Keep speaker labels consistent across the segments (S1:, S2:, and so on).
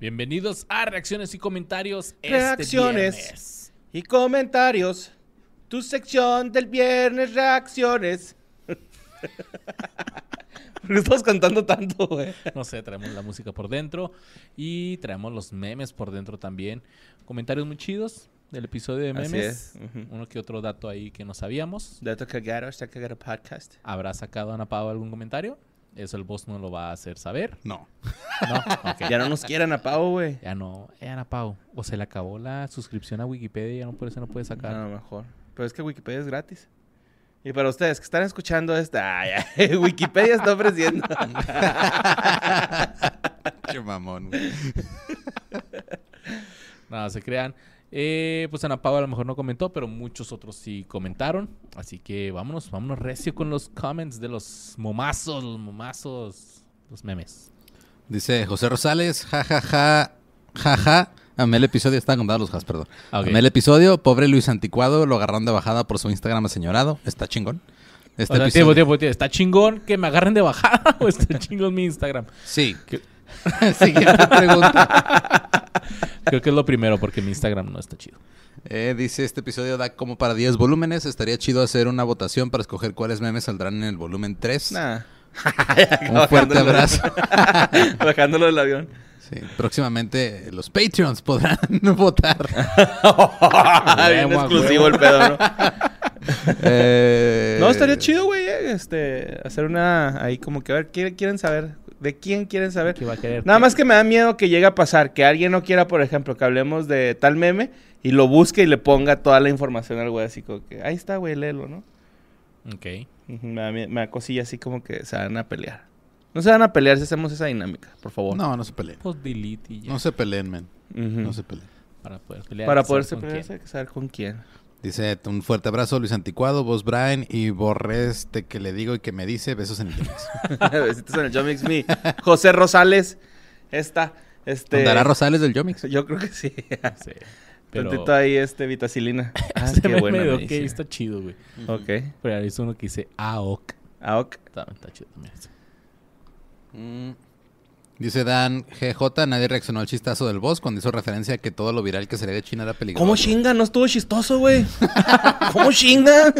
S1: Bienvenidos a Reacciones y Comentarios. este
S2: Reacciones.
S1: viernes.
S2: Y comentarios. Tu sección del viernes, reacciones. ¿Por qué estamos cantando tanto, güey?
S1: No sé, traemos la música por dentro y traemos los memes por dentro también. Comentarios muy chidos del episodio de
S2: Así
S1: memes.
S2: es, ujú.
S1: Uno que otro dato ahí que no sabíamos.
S2: Dato cagado, está cagado este podcast.
S1: ¿Habrá sacado Ana Pau algún comentario? Eso el boss no lo va a hacer saber.
S3: No.
S1: No, ok.
S2: Ya no nos quieran a Pau, güey.
S1: Ya no, eh, Ana Pau, o se le acabó la suscripción a Wikipedia, ya no por eso no puede
S2: A
S1: sacar.
S2: lo mejor. Pero es que Wikipedia es gratis. Y para ustedes que están escuchando esta, ay, ay, Wikipedia está ofreciendo.
S3: Che mamón, güey.
S1: Nada, se crean. Eh, pues Ana Pau a lo mejor no comentó, pero muchos otros sí comentaron. Así que vámonos, vámonos recio con los comments de los momazos, los momazos, los memes.
S3: Dice José Rosales, jajaja, jaja. Ja, ja. Amé el episodio, están contados los has, perdón.
S1: Ah, ok.
S3: Amé el episodio, pobre Luis Anticuado, lo agarraron de bajada por su Instagram señorado. Está chingón. Este
S1: O sea,
S3: episodio-
S1: tiempo, tiempo, tiempo. Está chingón que me agarren de bajada o está chingón mi Instagram.
S3: Sí.
S1: ¿Qué?
S3: Siguiente pregunta.
S1: Creo que es lo primero porque mi Instagram no está chido.
S3: Eh, dice, este episodio da como para 10 volúmenes. Estaría chido hacer una votación para escoger cuáles memes saldrán en el volumen 3.
S2: Nah.
S3: Un fuerte abrazo.
S2: Bajándolo del avión.
S3: Sí, próximamente eh, los Patreons podrán votar.
S2: Bien
S1: huevo, a
S2: exclusivo el pedo, ¿no?
S3: Eh,
S2: No, estaría chido, güey, eh, este, hacer una ahí como que a ver, ¿qué quieren saber? ¿De quién quieren saber?
S1: ¿Qué va a querer?
S2: Nada más que me da miedo que llegue a pasar, que alguien no quiera, por ejemplo, que hablemos de tal meme y lo busque y le ponga toda la información al güey, así como que, ahí está, güey, léelo, ¿no?
S1: Ok.
S2: Ujú, Me da, mie- me da cosilla así como que se van a pelear. No se van a pelear si hacemos esa dinámica, por favor.
S3: No, no se peleen.
S1: Pues delete y ya.
S3: No se peleen, men.
S2: Ujú.
S3: No se peleen.
S1: Para poder pelear.
S2: Para
S1: ¿sabes
S2: poderse
S1: con
S2: pelear,
S1: quién?
S2: hay que saber con quién.
S3: Dice, un fuerte abrazo, Luis Anticuado, vos Brian y Borres, de que le digo y que me dice, besos en el Yomix.
S2: Besitos en el Yo Mix Me. José Rosales, esta, este...
S3: ¿Andará Rosales del Yomix?
S2: Yo creo que sí.
S1: Sí. Pero
S2: Tantito ahí, este, vitacilina. Ah,
S1: Ese
S2: qué
S1: meme
S2: bueno.
S1: de
S2: me
S1: ok
S2: dice.
S1: está chido, güey.
S2: Ok.
S1: Pero ahí hizo uno que dice AOC.
S2: Ah, ok.
S1: Está, está chido también. ese.
S3: Mm. Dice Dan GJ, nadie reaccionó al chistazo del boss cuando hizo referencia a que todo lo viral que sería de China era peligroso.
S2: ¿Cómo chinga? No estuvo chistoso, güey. ¿Cómo chinga?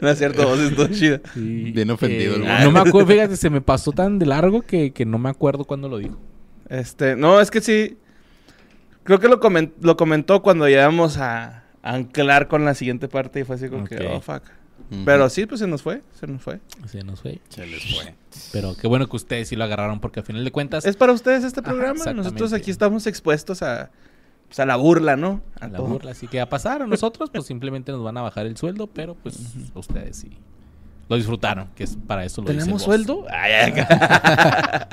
S2: No es cierto, vos estuvo chida.
S1: Sí,
S3: Bien ofendido el
S1: eh,
S3: güey.
S1: no me acuerdo, fíjate, se me pasó tan de largo que, que no me acuerdo cuándo lo dijo.
S2: Este, no, es que sí. Creo que lo, comen- lo comentó cuando llegamos a anclar con la siguiente parte y fue así como que,
S1: Ok.
S2: oh, fuck.
S3: Ujú.
S2: Pero sí, pues se nos fue, se nos fue.
S1: Se nos fue.
S3: Se les fue.
S1: Pero qué bueno que ustedes sí lo agarraron porque al final de cuentas
S2: Es para ustedes este
S1: Ajá,
S2: programa. Nosotros
S1: exactamente.
S2: aquí estamos expuestos a, pues, a la burla, ¿no? A
S1: la
S2: todo.
S1: burla así que a pasar a nosotros pues simplemente nos van a bajar el sueldo, pero pues a ustedes sí lo disfrutaron, que es para eso lo dice el
S2: ¿Tenemos
S1: boss.
S2: sueldo? Ay, ay, ca-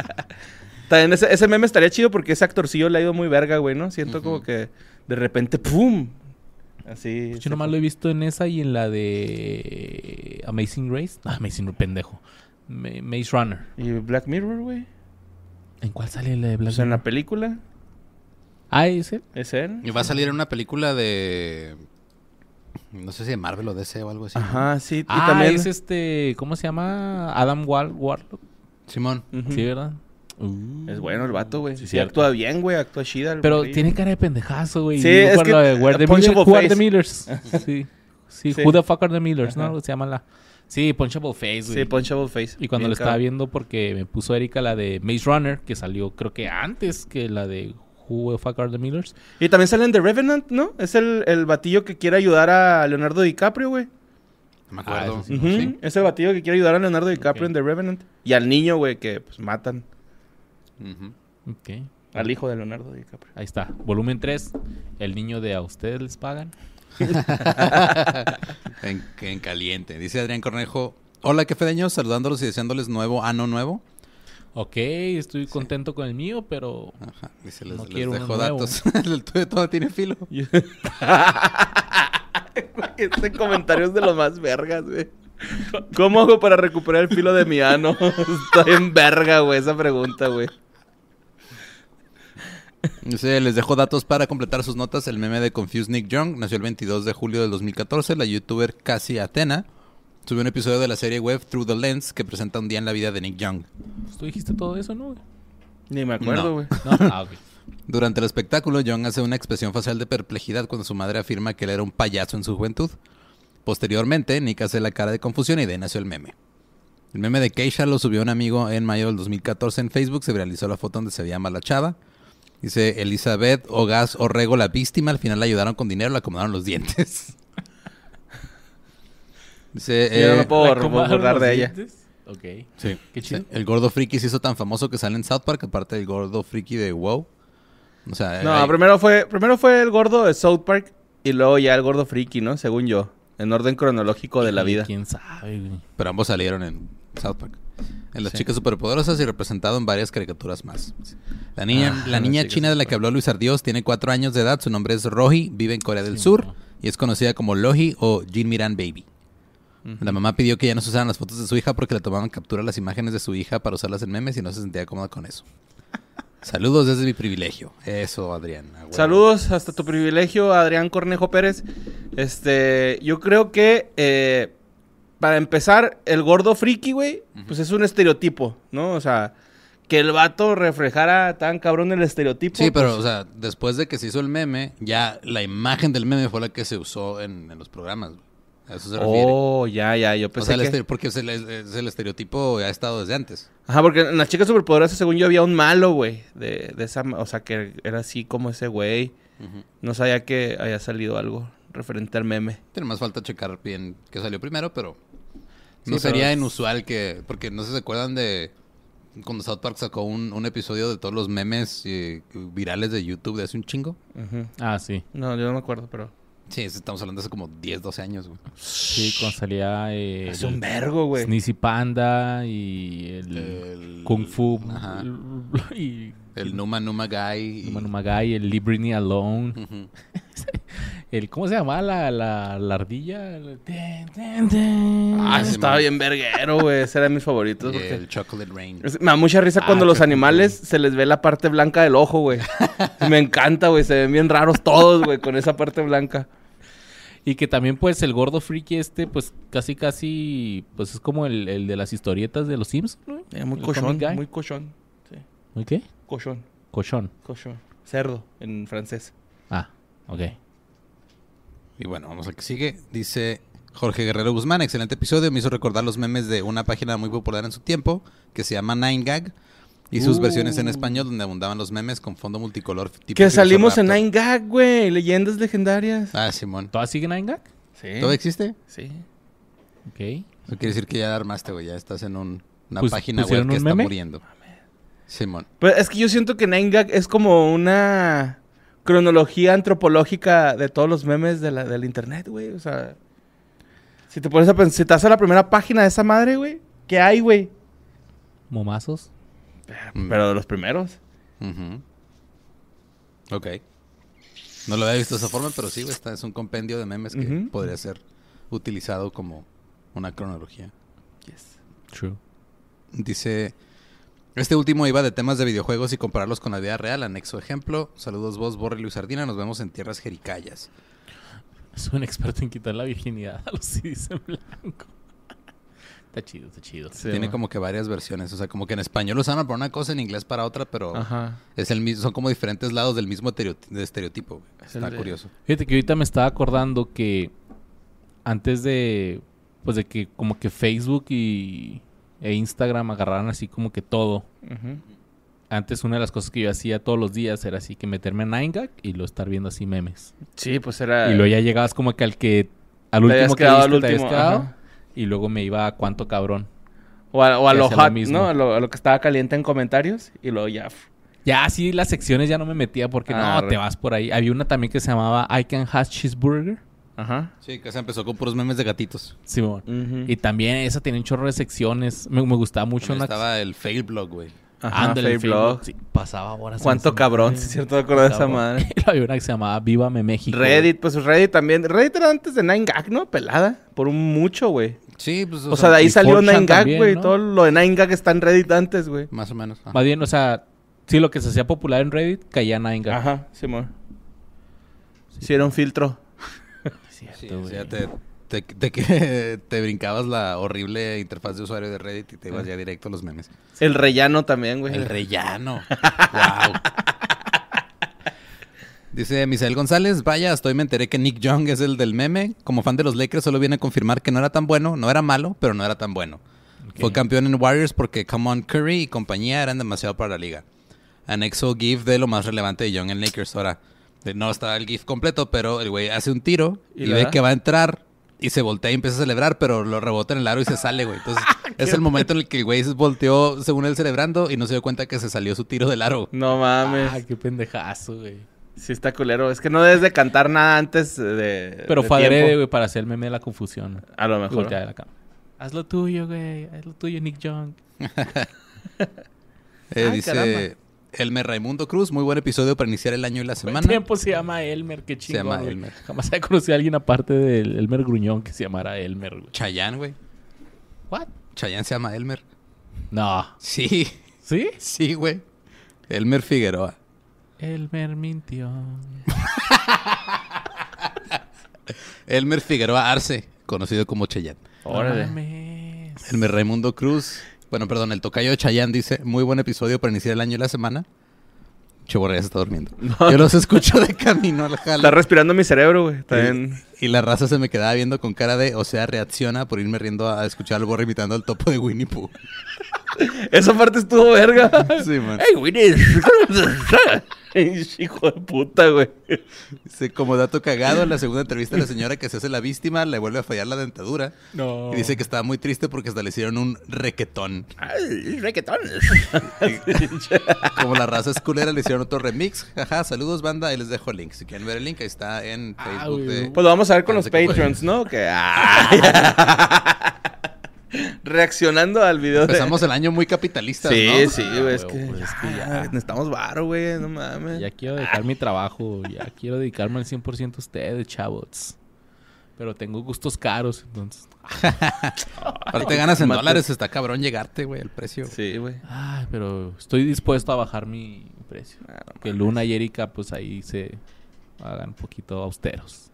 S2: También ese, ese meme estaría chido porque ese actorcillo le ha ido muy verga, güey, ¿no? Siento como
S3: Ujú.
S2: que de repente ¡pum! Así.
S1: Pues Yo nomás lo he visto en esa y en la de Amazing Race. No, Amazing pendejo. Ma- Maze Runner.
S2: ¿Y Black Mirror, güey?
S1: ¿En cuál sale la de Black
S2: Pues en la
S1: Mirror?
S2: película.
S1: Ah, ¿es él?
S2: ¿Es él?
S3: Y va a salir en una película de... No sé si de Marvel o DC o algo así.
S2: Ajá, sí. Y
S1: ah,
S2: también.
S1: es este, ¿cómo se llama? Adam Wal Warlock.
S3: Simón.
S2: Ujú.
S1: Sí, ¿verdad?
S2: Es bueno el vato, güey.
S1: Sí,
S2: Sí,
S1: cierto.
S2: actúa bien, güey. Actúa chida. el
S1: Pero
S2: morrillo.
S1: tiene cara de pendejazo, güey.
S2: Sí,
S1: Sí, es
S2: es que-
S1: de Where the,
S2: Punchable
S1: Miller- Who are the
S2: Face.
S1: Millers. Sí. Sí,
S2: Sí.
S1: Who the fuck are the Millers,
S2: Ajá.
S1: ¿no? Se llama la... Sí, Punchable Face, güey.
S2: Sí, Punchable Face.
S1: y cuando
S2: Bien
S1: lo estaba
S2: cabrón.
S1: viendo porque me puso Erika la de Maze Runner, que salió creo que antes que la de Who the fuck are the Millers.
S2: Y también sale en The Revenant, ¿no? Es el, el batillo que quiere ayudar a Leonardo DiCaprio, güey.
S3: No me acuerdo.
S1: Ah, eso sí.
S2: Ujú,
S3: Sí.
S2: Es el batillo que quiere ayudar a Leonardo DiCaprio
S1: Ok.
S2: en The Revenant. Y al niño, güey, que pues matan.
S3: Ujú.
S1: Ok.
S2: Al hijo de Leonardo DiCaprio.
S1: Ahí está. Volumen 3. El niño de a ustedes les pagan.
S3: En, en caliente. Dice Adrián Cornejo. Hola, qué fedeños, saludándolos y deseándoles nuevo ano nuevo.
S1: Ok, estoy contento con el mío, pero...
S2: Ah.
S3: Ajá. Dice, les,
S1: No
S3: les
S1: quiero uno
S3: dejo
S1: nuevo.
S3: datos. El tuyo todo tiene filo.
S2: este comentario es de lo más vergas, güey. ¿Cómo hago para recuperar el filo de mi ano? Está en verga, güey, esa pregunta, güey.
S3: Dice, les dejo datos para completar sus notas. El meme de Confused Nick Young nació el 22 de julio del 2014. La youtuber Cassie Atena Subió un episodio de la serie web Through the Lens que presenta un día en la vida de Nick Young.
S1: Pues tú dijiste todo eso, ¿no? güey?
S2: Ni me acuerdo,
S3: No.
S2: güey.
S1: No, ah, ok.
S3: Durante el espectáculo, Young hace una expresión facial de perplejidad cuando su madre afirma que él era un payaso en su juventud. Posteriormente, Nick hace la cara de confusión y de ahí nació el meme. El meme de Keisha lo subió un amigo en mayo del 2014 en Facebook. Se viralizó la foto donde se veía mal la chava. Dice Elizabeth Ogaz Orrego, la víctima. Al final la ayudaron con dinero, le acomodaron los dientes. Dice.
S2: Yo no
S3: eh,
S2: lo puedo
S1: ¿La
S2: bor-
S1: acomodaron
S2: borrar
S1: los
S2: de ella.
S1: dientes? Ok.
S3: Sí.
S1: Qué chido.
S3: El gordo friki se hizo tan famoso que sale en South Park, aparte del gordo friki de WoW. O sea,
S2: No,
S3: hay-
S2: primero fue, primero fue el gordo de South Park y luego ya el gordo friki, ¿no? Según yo. En orden cronológico de la vida.
S1: ¿Quién sabe, güey?
S3: pero ambos salieron en South Park. En Las
S2: Sí.
S3: Chicas Superpoderosas y representado en varias caricaturas más. La niña,
S1: Ah,
S3: la
S1: Las
S3: niña
S1: Chicas
S3: china de la que habló Luis Ardíos tiene cuatro años de edad. Su nombre es Rohi, vive en Corea del
S1: Sí,
S3: Sur
S1: no.
S3: y es conocida como Lohi o Jin Miran Baby. La mamá pidió que ya no se usaran las fotos de su hija porque le tomaban captura a las imágenes de su hija para usarlas en memes y no se sentía cómoda con eso. Saludos desde mi privilegio. Eso, Adrián. a huevo.
S2: Saludos hasta tu privilegio, Adrián Cornejo Pérez. Este, yo creo que eh, para empezar, el gordo friki, güey, pues es un estereotipo, ¿no? O sea, que el vato reflejara tan cabrón el estereotipo.
S3: Sí, pero,
S2: pues,
S3: o sea, después de que se hizo el meme, ya la imagen del meme fue la que se usó en, en los programas. güey. A eso se refiere.
S2: Oh, ya, ya, yo
S3: O
S2: pensé
S3: sea, el
S2: que-
S3: estere- porque es el, es el estereotipo ha estado desde antes.
S2: Ajá, porque en las chicas superpoderosas, según yo, había un malo, güey, de, de esa... ma- O sea, que era así como ese güey. No sabía que había salido algo referente al meme.
S3: Tiene más falta checar bien qué salió primero, pero
S2: Sí,
S3: no
S2: pero
S3: sería
S2: es-
S3: inusual que... Porque no sé si se acuerdan de cuando South Park sacó un, un episodio de todos los memes eh, virales de YouTube de hace un chingo.
S2: Ujú.
S1: Ah, sí.
S2: No, yo no me acuerdo, pero...
S3: Sí, estamos hablando de hace como 10, 12 años, güey.
S1: Sí, cuando salía eh,
S2: Es un
S1: el
S2: vergo, güey.
S1: Sneezy Panda y el,
S3: El-
S1: Kung Fu
S3: Ajá.
S1: y
S3: El Numa Numa Guy. y-
S1: Numa Numa Guy, el Leave Britney Alone,
S3: Ujú.
S1: el ¿cómo se llamaba la, la, la ardilla? El- Ten, ten, ten.
S2: Ah, ese
S3: sí,
S2: estaba
S3: man.
S2: bien verguero, güey. Ese era de mis favoritos.
S3: Y
S2: porque-
S3: el Chocolate Rain.
S2: Es- Me da mucha risa
S1: Ah,
S2: cuando los
S1: Choco
S2: animales se les ve la parte blanca del ojo, güey. Me encanta, güey. Se ven bien raros todos, güey, con esa parte blanca.
S1: Y que también pues el gordo freaky este pues casi casi pues es como el, el de las historietas de los Sims, ¿no?
S2: muy
S1: El cochón,
S2: cochón,
S1: comic guy. muy
S2: muy cochón.
S1: ¿Muy ¿Qué?
S2: Cochón,
S1: Cochón.
S2: cochón. Cerdo, en francés.
S1: Ah, ok.
S3: Y bueno, vamos al que sigue. Dice Jorge Guerrero Guzmán, excelente episodio. Me hizo recordar los memes de una página muy popular en su tiempo que se llama Nine Gag y sus
S1: Uh.
S3: versiones en español donde abundaban los memes con fondo multicolor. tipo
S2: que salimos en
S3: Velociraptor.
S2: Nine Gag, güey. Leyendas legendarias.
S3: Ah, Simón.
S1: ¿Todas siguen a Engak?
S2: Sí.
S3: ¿Todo existe?
S2: Sí.
S1: Ok.
S3: Eso quiere decir que ya armaste, güey. Ya estás en un- una
S1: Pus-
S3: página
S1: Pues,
S3: web
S1: ¿pusieron
S3: que
S1: un
S3: está
S1: meme?
S3: muriendo. Simón.
S2: Pero Pues es que yo siento que Nine Gag es como una cronología antropológica de todos los memes de la, del internet, güey. O sea, si te pones a pensar, si te vas a la primera página de esa madre, güey, ¿qué hay, güey?
S1: Momazos.
S3: Mm.
S2: Ah, Pero de los primeros.
S3: Ujú. Ok. No lo había visto de esa forma, pero sí, güey, está- es un compendio de memes que
S2: Ujú.
S3: podría ser utilizado como una cronología.
S1: True.
S3: Dice, este último iba de temas de videojuegos y compararlos con la vida real. Anexo ejemplo. Saludos vos, Borre y Luis Sardina. Nos vemos en tierras jericayas.
S1: Soy un experto en quitar la virginidad a los CDs en blanco. está chido, está chido.
S3: Tiene como que varias versiones. O sea, como que en español lo usan para una cosa, en inglés para otra, pero
S2: Ajá.
S3: es el mismo, son como diferentes lados del mismo tereo- de estereotipo. güey.
S2: Es el
S3: Está
S2: de-
S3: curioso.
S1: Fíjate que ahorita me estaba acordando que antes de, pues de que como que Facebook y, e Instagram agarraran así como que todo.
S2: Ujú.
S1: Antes una de las cosas que yo hacía todos los días era así que meterme en 9gag y lo estar viendo así memes.
S2: Sí, pues era.
S1: Y luego ya llegabas como que al que, al
S2: Te habías
S1: último que
S2: quedado
S1: viste,
S2: al
S1: te habías
S2: último,
S1: quedado,
S2: ajá.
S1: Y luego me iba a cuánto cabrón.
S2: O a, o a
S1: que
S2: lo
S1: hacía lo
S2: hot,
S1: mismo.
S2: ¿no? A lo, a lo que estaba caliente en comentarios. Y luego ya. pf,
S1: Ya así las secciones ya no me metía porque
S2: Ah,
S1: no,
S2: re-
S1: te vas por ahí. Había una también que se llamaba I Can Has Cheeseburger.
S2: Ajá.
S3: Sí, que se empezó con puros memes de gatitos.
S1: Simón.
S2: Ujú.
S1: Y también esa tenía un chorro de secciones. Me, me gustaba mucho
S3: También
S1: una...
S3: estaba el fail blog, güey.
S2: Ajá,
S1: Ándale,
S2: Fave Blog.
S1: Facebook. Sí, pasaba horas. en
S2: Cuánto
S1: esa
S2: cabrón,
S1: madre.
S2: sí, cierto, me acuerdo de esa
S1: Cabrón.
S2: madre.
S1: Había una que se llamaba Vívame México.
S2: Reddit, pues Reddit también. Reddit era antes de Nine Gag, ¿no? Pelada. Por un mucho, güey.
S3: Sí, pues.
S2: O sea, de ahí
S1: y
S2: salió
S1: 4chan
S2: Nine Gag,
S1: también,
S2: güey.
S1: ¿no?
S2: Todo lo de Nine Gag está en Reddit antes, güey.
S3: Más o menos. ajá.
S1: Más bien, o sea, sí, lo que se hacía popular en Reddit caía en Nine Gag.
S2: Ajá, Simón. Hicieron filtro.
S1: Cierto,
S3: Sí,
S1: güey.
S3: o sea, te te- de que te brincabas la horrible interfaz de usuario de Reddit y te
S2: Ah.
S3: ibas ya directo a los memes.
S2: El rellano también, güey.
S3: El rellano. wow. Dice Misael González, vaya, hasta hoy me enteré que Nick Young es el del meme. Como fan de los Lakers solo viene a confirmar que no era tan bueno, no era malo, pero no era tan bueno.
S1: Ok.
S3: Fue campeón en Warriors porque Come On Curry y compañía eran demasiado para la liga. Anexo GIF de lo más relevante de Young en Lakers. Ahora, de- no está el GIF completo, pero el güey hace un tiro
S2: ¿Y
S3: y,
S2: la
S3: ve
S2: da?
S3: que va a entrar y se voltea y empieza a celebrar, pero lo rebota en el aro y se sale, güey. Entonces, es el momento en el que el güey se volteó según él celebrando y no se dio cuenta que se salió su tiro del aro.
S2: No mames.
S1: Ah, qué pendejazo, güey.
S2: Sí está culero. Es que no debes de cantar nada antes de
S1: Pero
S2: de
S1: fue adrede,
S2: tiempo.
S1: güey, para hacer el meme de la confusión.
S2: A lo
S1: Y
S2: mejor.
S1: voltea de la cama. Haz lo tuyo, güey. Haz lo tuyo, Nick Young.
S3: Eh,
S2: Ah,
S3: dice
S2: caramba.
S3: Elmer Raimundo Cruz, muy buen episodio para iniciar el año y la semana.
S1: El tiempo se llama Elmer, qué chingón.
S3: llama
S1: güey.
S3: Elmer.
S1: Jamás he conocido a alguien aparte del Elmer Gruñón que se llamara Elmer, güey.
S3: Chayanne, güey.
S1: ¿What?
S3: Chayanne se llama Elmer.
S1: No.
S3: Sí,
S1: ¿Sí?
S3: sí, güey. Elmer Figueroa.
S1: Elmer mintió.
S3: Elmer Figueroa Arce, conocido como Chayanne.
S2: Órale.
S1: No mames.
S3: Elmer Raimundo Cruz, bueno, perdón, el tocayo de Chayanne dice, muy buen episodio para iniciar el año y la semana. Cheborre ya se está durmiendo. Yo los escucho de camino al
S2: Está
S3: jale.
S2: respirando mi cerebro, güey. También.
S3: Y la raza se me quedaba viendo con cara de, o sea, reacciona por irme riendo a escuchar al borre imitando al topo de Winnie Pooh.
S2: Esa parte estuvo verga.
S3: Sí, man.
S2: ¡Ey, güey! Hijo de puta, güey.
S3: Dice, como dato cagado, en la segunda entrevista la señora que se hace la víctima le vuelve a fallar la dentadura.
S1: No.
S3: Y dice que estaba muy triste porque hasta le hicieron un requetón.
S2: ¡Ay, reggaetón!
S3: Como la raza es culera, le hicieron otro remix. Jaja, saludos, banda. Ahí les dejo el link. Si quieren ver el link, ahí está en
S1: Ah,
S3: Facebook.
S1: güey.
S3: de-
S2: Pues lo vamos a ver con los
S3: Parece que
S2: Patreons, ¿no? Que. ¡Ah! Reaccionando al video de.
S3: Empezamos el año muy capitalistas,
S2: Sí,
S3: ¿no?
S2: sí,
S1: Ah,
S2: güey. Es
S1: huevo,
S2: que.
S1: pues, es que
S2: ya,
S1: ya.
S2: Necesitamos varo, güey. No mames.
S1: Ya quiero dejar mi trabajo, ya quiero dedicarme al 100% a ustedes, chavos. Pero tengo gustos caros, entonces.
S3: Aparte ganas en
S2: Mate.
S3: dólares, está cabrón llegarte, güey, el precio.
S2: Sí, güey.
S1: Ay, pero estoy dispuesto a bajar mi precio.
S2: Ah, no
S1: Que Luna y Erika, pues ahí se hagan un poquito austeros.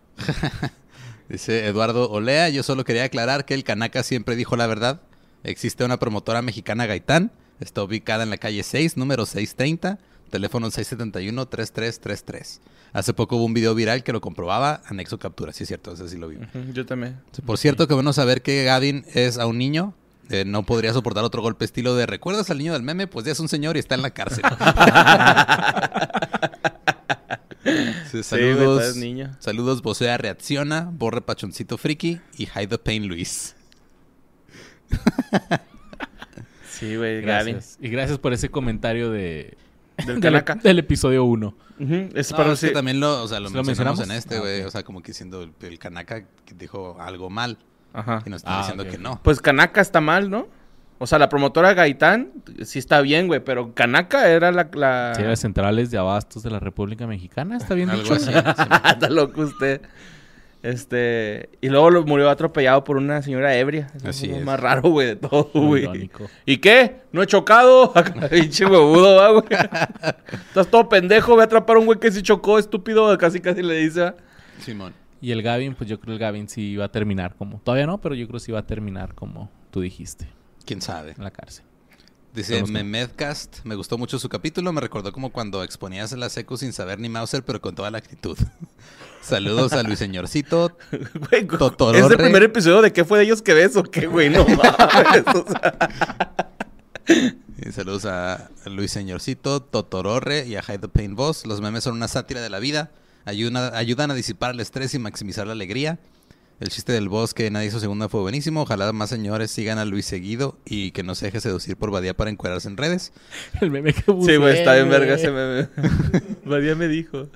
S3: Dice Eduardo Olea, yo solo quería aclarar que el Canaca siempre dijo la verdad. Existe una promotora mexicana Gaitán, está ubicada en la calle 6, número 630, teléfono 671-3333. Hace poco hubo un video viral que lo comprobaba, anexo captura, sí es cierto, ese sí lo vi.
S2: Ujú, Yo también.
S3: Por cierto, que bueno saber que Gavin es a un niño. eh, no podría soportar otro golpe estilo de ¿recuerdas al niño del meme? Pues ya es un señor y está en la cárcel. Sí,
S2: Sí, güey,
S3: saludos,
S2: estás niño.
S3: saludos, vocea reacciona, borre pachoncito friki y hide the pain Luis.
S2: Sí, güey, Gaby.
S1: Gracias. Y gracias por ese comentario de,
S2: Del
S1: del-
S2: Canaca.
S1: del episodio 1.
S2: Ujú, Es
S3: No,
S2: para
S3: es que
S2: sí.
S3: también lo, o sea, lo
S1: ¿Sí lo
S3: mencionamos en
S1: mencionamos?
S3: este,
S1: Ah,
S3: güey.
S1: ok.
S3: O sea, como que diciendo el, el canaca que dijo algo mal
S2: Ajá.
S3: y nos está
S1: Ah,
S3: diciendo
S1: ok,
S3: que
S1: ok.
S3: no.
S2: Pues Kanaka está mal, ¿no? O sea, la promotora Gaitán sí está bien, güey, pero Kanaka era la... la...
S1: Si era centrales de abastos de la República Mexicana, está bien
S3: Algo
S1: dicho.
S3: así. sí.
S2: está loco usted. Este... Y luego lo murió atropellado por una señora ebria. Eso
S3: Así
S2: es lo
S3: es.
S2: más raro, güey, de todo,
S1: Muy
S2: güey.
S1: irónico.
S2: ¿Y qué? ¿No he chocado? Pinche huevudo, va, güey. Estás todo pendejo, voy a atrapar a un güey que sí chocó, estúpido. Casi, casi le dice. va.
S3: Simón.
S1: Y el Gavin, pues yo creo el Gavin sí iba a terminar como. Todavía no, pero yo creo que sí iba a terminar como tú dijiste,
S3: ¿Quién sabe?
S1: en la cárcel.
S3: Dice
S1: Esperemos que no.
S3: Memedcast, me gustó mucho su capítulo, me recordó como cuando exponías la secu sin saber ni Mauser, pero con toda la actitud. Saludos a Luis Señorcito.
S2: Güey,
S3: Totororre.
S2: ¿Es el primer episodio de qué fue de ellos que ves o qué, güey? No mames. o sea.
S3: Y saludos a Luis Señorcito, Totororre y a Hide the Pain Boss. Los memes son una sátira de la vida. Ayudan, ayudan a disipar el estrés y maximizar la alegría. El chiste del boss que nadie hizo segunda fue buenísimo. Ojalá más señores sigan a Luis seguido y que no se deje seducir por Badía para encuadrarse en redes.
S1: El meme que busqué,
S2: Sí, güey, está bien verga ese meme. Badía me dijo.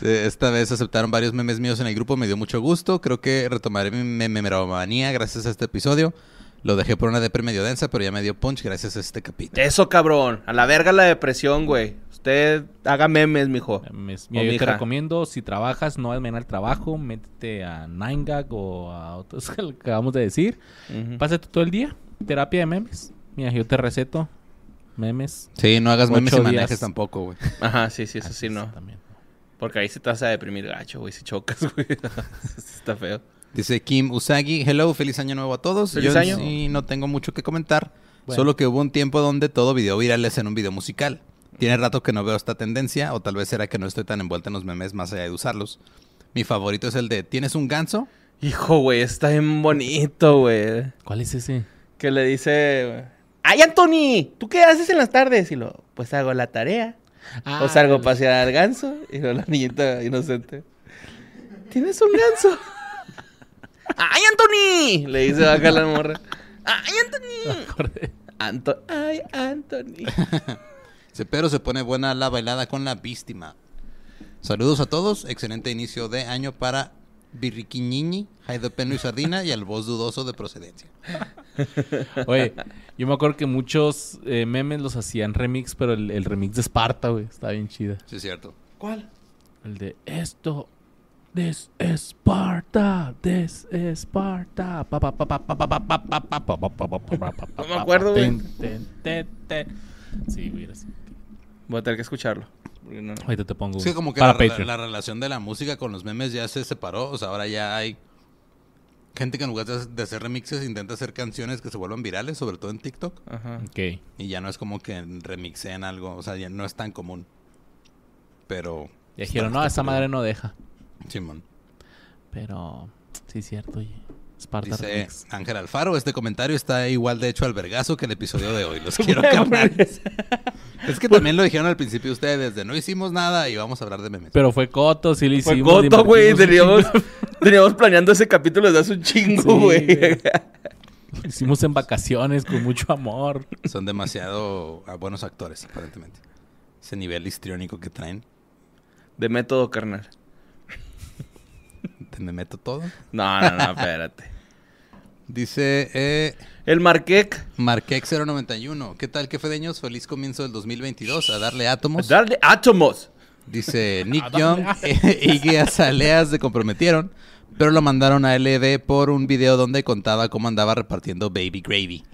S3: Sí, Esta vez aceptaron varios memes míos en el grupo, me dio mucho gusto. Creo que retomaré mi me- memeromanía gracias a este episodio. Lo dejé por una depre medio densa, pero ya me dio punch gracias a este
S1: Eh,
S3: capítulo.
S2: Eso, cabrón. A la verga la depresión, güey. Usted haga memes, mijo.
S1: Memes.
S2: O
S1: Mira, yo te
S2: Oh, mija.
S1: recomiendo, si trabajas, no vas al trabajo, métete a Nine Gag o a otros que acabamos de decir.
S2: Ujú.
S1: Pásate todo el día, terapia de memes. Mira, yo te receto memes.
S3: Sí, no hagas memes y
S1: Ocho
S3: manejes
S1: días.
S3: tampoco, güey.
S2: Ajá, sí, sí, eso sí,
S1: Así
S2: no.
S1: También.
S2: Porque ahí se te vas a deprimir gacho, güey, si chocas, güey. Está feo.
S3: Dice Kim Usagi, hello, feliz año nuevo a todos.
S2: Feliz
S3: Yo en
S2: año.
S3: sí no tengo mucho que comentar,
S1: Bueno.
S3: solo que hubo un tiempo donde todo video viral es en un video musical. Tiene rato que no veo esta tendencia, o tal vez será que no estoy tan envuelta en los memes más allá de usarlos. Mi favorito es el de ¿Tienes un ganso?
S2: Hijo, güey, está bien bonito, güey.
S1: ¿Cuál es ese?
S2: Que le dice... ¡Ay, Anthony! ¿Tú qué haces en las tardes? Y lo... Pues hago la tarea.
S1: Ah,
S2: o salgo a pasear al ganso. Y luego la niñita inocente. ¿Tienes un ganso? ¡Ay, Anthony! Le dice acá la morra. ¡Ay,
S1: Ah,
S2: Anthony!
S1: acordé.
S2: Anto- ¡Ay, Anthony!
S3: Dice, pero se pone buena la bailada con la víctima. Saludos a todos, excelente inicio de año para Birriquiñiñi, Jairo Peno y Sardina y al voz dudoso de procedencia.
S1: Oye, yo me acuerdo que muchos eh, memes los hacían remix, pero el, el remix de Esparta, güey, está bien chida.
S3: Sí, es cierto.
S2: ¿Cuál?
S1: El de esto es Esparta, this is Esparta. Pa, pa, pa, pa, pa, pa, pa, pa, pa, pa, pa, pa, pa, pa, pa, pa, pa, pa,
S2: No me acuerdo, güey.
S1: ten, ten, ten, ten. Sí, güey, era así.
S2: Voy a tener que escucharlo. porque no-
S1: Ahorita te pongo.
S3: Es que como que
S1: para
S3: la,
S1: Patreon.
S3: la- la relación de la música con los memes ya se separó. O sea, ahora ya hay gente que en lugar de- de hacer remixes intenta hacer canciones que se vuelvan virales, sobre todo en TikTok.
S2: Ajá.
S1: Ok.
S3: Y ya no es como que remixen algo. O sea, ya no es tan común. Pero...
S1: Ya dijeron, no, esa madre no deja.
S3: Simón.
S1: Pero sí, cierto, oye. Esparta
S3: Dice
S1: remix.
S3: Ángel Alfaro, este comentario está igual de hecho al vergazo que el episodio de hoy. Los quiero cabrones. Es que también lo dijeron al principio ustedes, de no hicimos nada y vamos a hablar de memes.
S1: Pero fue Coto, sí le
S2: Fue
S1: hicimos.
S2: Goto, güey.
S1: divertimos un
S2: Teníamos, teníamos planeando ese capítulo desde hace un chingo,
S1: Sí,
S2: güey.
S1: güey. chingo. Hicimos en vacaciones con mucho amor.
S3: Son demasiado ah, buenos actores, aparentemente. Ese nivel histriónico que traen.
S2: De método, carnal.
S3: Te me meto todo.
S2: No, no, no, espérate.
S3: Dice eh,
S2: El Marquec.
S3: Marquex091. ¿Qué tal, qué fedeños? Feliz comienzo del 2022. A darle átomos.
S2: Darle átomos.
S3: Dice Nick Young eh, y Guía Saleas se comprometieron, pero lo mandaron a LB por un video donde contaba cómo andaba repartiendo Baby Gravy.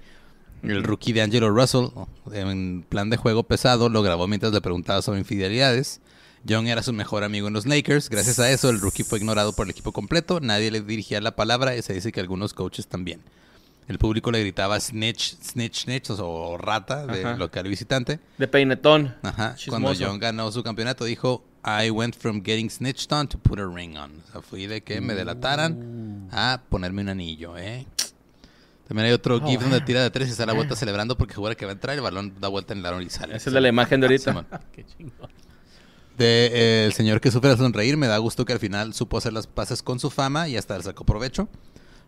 S3: El rookie de Angelo Russell, en plan de juego pesado, lo grabó mientras le preguntaba sobre infidelidades. Young era su mejor amigo en los Lakers. Gracias a eso, el rookie fue ignorado por el equipo completo. Nadie le dirigía la palabra y se dice que algunos coaches también. El público le gritaba snitch, snitch, snitch, o, o rata, de
S2: Ajá.
S3: local visitante.
S2: De peinetón.
S3: Ajá.
S2: Chismoso.
S3: Cuando John ganó su campeonato, dijo: I went from getting snitched on to put a ring on. O sea, fui de que me
S1: Uh,
S3: delataran a ponerme un anillo, ¿eh? También hay otro GIF donde tira de tres y sale a vuelta celebrando porque jura que va a entrar y el balón da vuelta en el aro y sale.
S2: Esa es la, la imagen de ahorita.
S3: Simón.
S1: Qué chingón.
S3: De, eh, el señor que sufre a sonreír, me da gusto que al final supo hacer las paces con su fama y hasta le sacó provecho.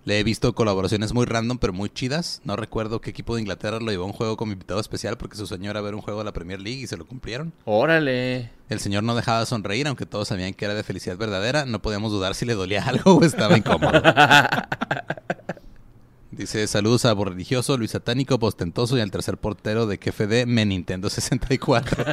S3: Le he visto colaboraciones muy random pero muy chidas. No recuerdo qué equipo de Inglaterra lo llevó a un juego como invitado especial porque su sueño era ver un juego de la Premier League y se lo cumplieron.
S2: Órale.
S3: El señor no dejaba de sonreír, aunque todos sabían que era de felicidad verdadera. No podíamos dudar si le dolía algo o estaba incómodo. Dice, saludos a religioso, Luis Satánico, Postentoso y al tercer portero de KFD, Me Nintendo 64.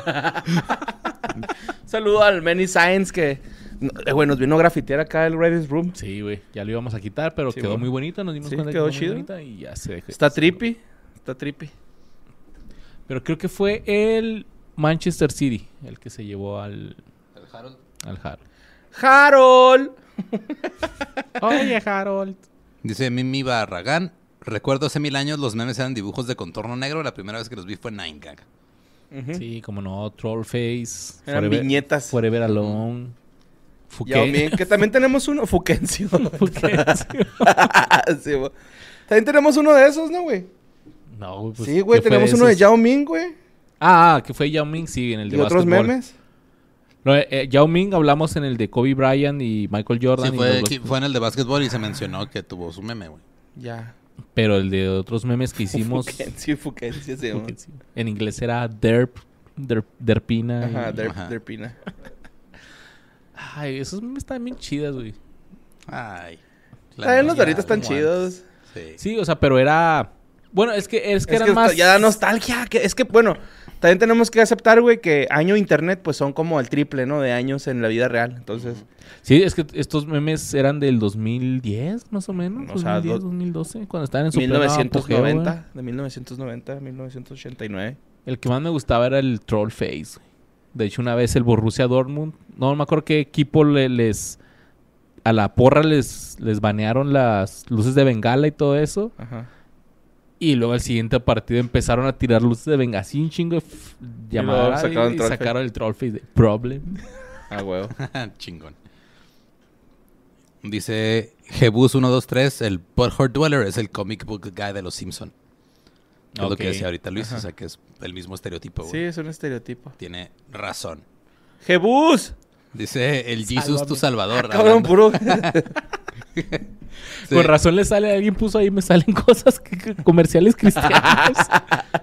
S2: Saludo al Many Science que. no, eh, Güey, nos vino a grafitear acá el Redis Room.
S1: Sí, güey. Ya lo íbamos a quitar, pero
S2: Sí,
S1: quedó
S2: güey.
S1: muy bonito. Nos dimos
S2: Sí,
S1: cuenta que
S2: quedó
S1: quedó muy
S2: chido.
S1: bonita y ya se dejó.
S2: Está trippy. Está trippy.
S1: Pero creo que fue el Manchester City el que se llevó al, al Harold.
S2: Harold.
S1: Oye, Harold.
S3: Dice Mimi Barragán, recuerdo hace mil años los memes eran dibujos de contorno negro. La primera vez que los vi fue Nine Gag.
S2: Ujú.
S1: Sí, como no, Trollface.
S2: Eran viñetas.
S1: Forever Alone.
S2: Yao
S1: Fuqué.
S2: Ming, que también tenemos uno. Fuquencio.
S1: Fuqué, sí.
S2: Sí, güey. también tenemos uno de esos, ¿no, güey?
S1: No, güey. pues,
S2: sí, güey,
S1: ¿qué fue
S2: tenemos uno de
S1: esos?
S2: Yao Ming, güey.
S1: Ah, ah, que fue Yao Ming, sí, en el de
S2: Y otros
S1: básquetbol.
S2: memes.
S1: No, eh, eh, Yao Ming hablamos en el de Kobe Bryant y Michael Jordan.
S3: Sí,
S1: y
S3: fue,
S1: los-
S3: sí, fue en el de básquetbol y se mencionó que tuvo su meme, güey.
S2: Ya.
S1: Pero el de otros memes que hicimos
S2: Fuquencio, Fuquencio se llama.
S1: en inglés era Derp, Derp Derpina. y-
S2: Ajá, der,
S3: Ajá.
S2: Derpina.
S1: Ay, esos memes están bien chidas, güey.
S3: Ay. la
S2: También Ah, los de ahorita
S3: nostalgia,
S2: están
S3: güey.
S2: chidos.
S3: Sí.
S1: Sí, o sea, pero era. Bueno, es que, es que
S2: es
S1: eran
S2: que
S1: más.
S2: ya da nostalgia. que- es que, bueno, también tenemos que aceptar, güey, que año internet, pues son como el triple, ¿no? De años en la vida real. Entonces,
S1: Sí, es que estos memes eran del 2010, más o menos.
S2: O sea,
S1: 2010,
S2: do-
S1: 2012, cuando estaban en su pleno apogeo,
S2: 1990,
S1: güey.
S2: de 1990 a 1989.
S1: El que más me gustaba era el Troll Face. güey. De hecho, una vez el Borussia Dortmund. No, no me acuerdo qué equipo le- les. a la porra les, les banearon las luces de bengala y todo eso.
S2: Ajá.
S1: Y luego al siguiente partido empezaron a tirar luces de bengala. Así un chingo de f- llamada. Y,
S2: sacaron
S1: y
S2: troll face.
S1: sacaron el troll face de Problem.
S2: Ah, huevo.
S3: Chingón. Dice Jebus123, el Butthurt Dweller es el comic book guy de los Simpson. Es lo que
S1: Ok.
S3: decía ahorita Luis,
S2: Ajá.
S3: o sea que es el mismo estereotipo.
S2: Sí,
S3: güey.
S2: es un estereotipo.
S3: Tiene razón.
S2: ¡Jebus!
S3: Dice el Jesus tu
S1: Sálvame.
S3: salvador.
S2: Ah, Cabrón,
S3: hablando.
S2: puro.
S3: Sí.
S1: Con razón le sale, alguien puso ahí, me salen cosas que- que- comerciales cristianos.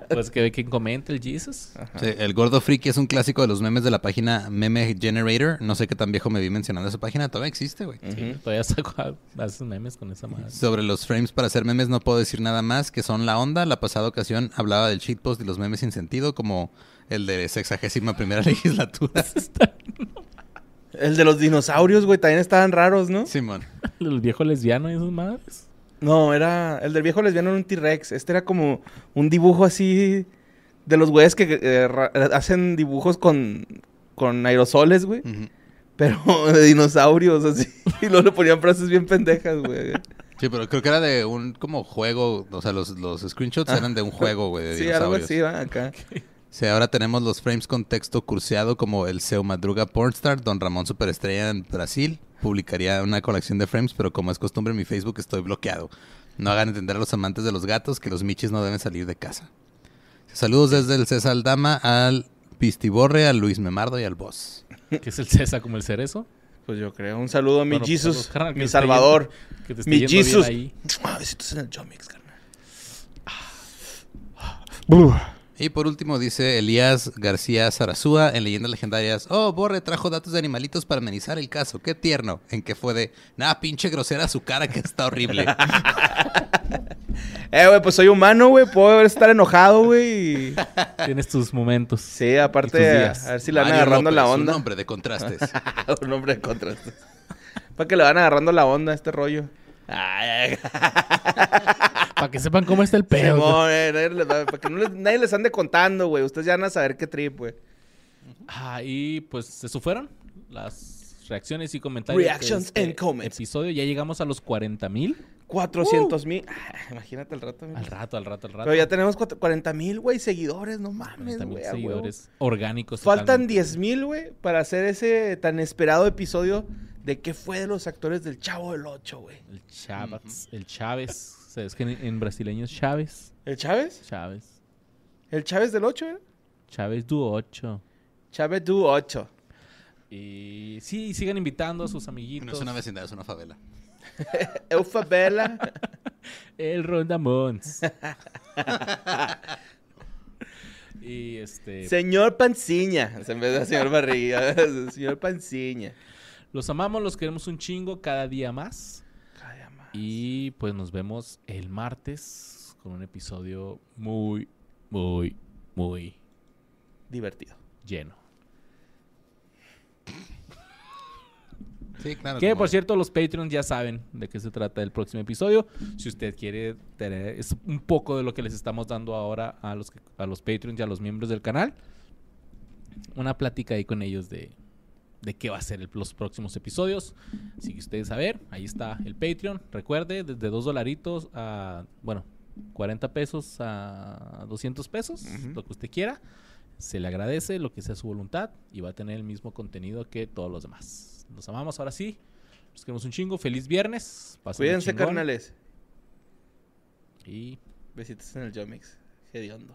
S1: pues que quien comente el Jesus.
S3: Sí, el gordo friki es un clásico de los memes de la página Meme Generator. No sé qué tan viejo me vi mencionando esa página. Todavía existe, güey.
S1: Sí, todavía saco a, haces memes con esa madre.
S3: Sobre los frames para hacer memes no puedo decir nada más que son la onda. La pasada ocasión hablaba del shitpost y los memes sin sentido como el de sexagésima primera legislatura.
S2: El de los dinosaurios, güey, también estaban raros, ¿no?
S3: Simón.
S1: Los viejos lesbianos y esas madres.
S2: No, era. El del viejo lesbiano era un T-Rex. Este era como un dibujo así. De los güeyes que eh, ra- hacen dibujos con, con aerosoles, güey.
S3: Ujú.
S2: Pero de dinosaurios, así. Y luego le ponían frases bien pendejas, güey.
S3: Sí, pero creo que era de un como juego. O sea, los, los screenshots eran de un juego, güey, de
S2: Ah. Sí, algo
S3: dinosaurios.
S2: así, va, acá.
S3: Sí, ahora tenemos los frames con texto curseado como el Seu Madruga Pornstar, Don Ramón Superestrella en Brasil. Publicaría una colección de frames, pero como es costumbre en mi Facebook estoy bloqueado. No hagan entender a los amantes de los gatos que los michis no deben salir de casa. Saludos desde el César Aldama al Pistiborre, al Luis Memardo y al Boss.
S1: Que es el César como el cerezo.
S2: Pues yo creo. Un saludo a mi
S1: Bueno, pues,
S2: Jesus,
S1: carnal, que
S2: mi
S1: te esté
S2: Salvador.
S1: yendo- que te esté
S2: Mi
S1: yendo bien
S2: Jesus.
S1: ahí.
S2: A ver si tú estás en el Jomix, carnal.
S3: Y por último dice Elías García Zarazúa en Leyendas Legendarias. Oh, Borre trajo datos de animalitos para amenizar el caso. Qué tierno. En que fue de, nah, pinche grosera su cara que está horrible.
S2: Eh, güey, pues soy humano, güey. Puedo estar enojado, güey. y-
S1: Tienes tus momentos.
S2: Sí,
S1: Y tus
S2: aparte, a,
S1: días.
S2: a ver si le van
S3: Mario
S2: agarrando
S3: López,
S2: la
S3: Un
S2: onda.
S3: hombre de contrastes.
S2: Un nombre de contrastes. Para que le van agarrando la onda a este rollo.
S1: Para que sepan cómo está el pedo.
S2: Simón, eh, nadie les va- para que no les- nadie les ande contando, güey. Ustedes ya van a saber qué trip, güey.
S1: Ah, y pues se fueron las reacciones y comentarios. de
S2: Reactions
S1: este
S2: and comments.
S1: Episodio. Ya llegamos a los 40 mil.
S2: 400 mil. Ah, imagínate el rato. güey.
S1: Uh. Al rato, al rato, al rato.
S2: Pero ya tenemos cuatro- 40 mil, güey, seguidores. No mames,
S1: 40,000
S2: güey. a huevo.
S1: seguidores orgánicos.
S2: Faltan
S1: totalmente.
S2: 10 mil, güey, para hacer ese tan esperado episodio de qué fue de los actores del Chavo del 8, güey.
S1: El Chávez. El Chávez. Es que en, en brasileño es Chávez.
S2: ¿El Chávez?
S1: Chávez.
S2: ¿El Chávez del 8, güey?
S1: Chávez du 8.
S2: Chávez du 8.
S1: Y sí, sigan invitando a sus amiguitos.
S3: No es una vecindad, es una favela.
S2: Eufa Bella.
S1: El Rondamons. y este.
S2: Señor Panciña. En vez de señor Barriga. señor Panciña.
S1: Los amamos, los queremos un chingo cada día más. Y pues nos vemos el martes con un episodio muy, muy, muy
S2: Divertido.
S1: lleno.
S3: Sí, claro.
S1: Que
S3: como-
S1: por cierto, los Patreons ya saben de qué se trata el próximo episodio. Si usted quiere tener es un poco de lo que les estamos dando ahora a los, que- a los Patreons y a los miembros del canal, una plática ahí con ellos de, de qué va a ser el- los próximos episodios. Así que ustedes a ver, ahí está el Patreon. Recuerde, desde 2 dolaritos a, bueno, 40 pesos a 200 pesos,
S2: Ujú.
S1: lo que usted quiera. Se le agradece lo que sea su voluntad y va a tener el mismo contenido que todos los demás. Los amamos ahora sí. Los queremos un chingo. Feliz viernes. pásenla
S2: Cuídense,
S1: chingón.
S2: carnales.
S1: Y
S2: Besitos en el Jomix. Hediondo.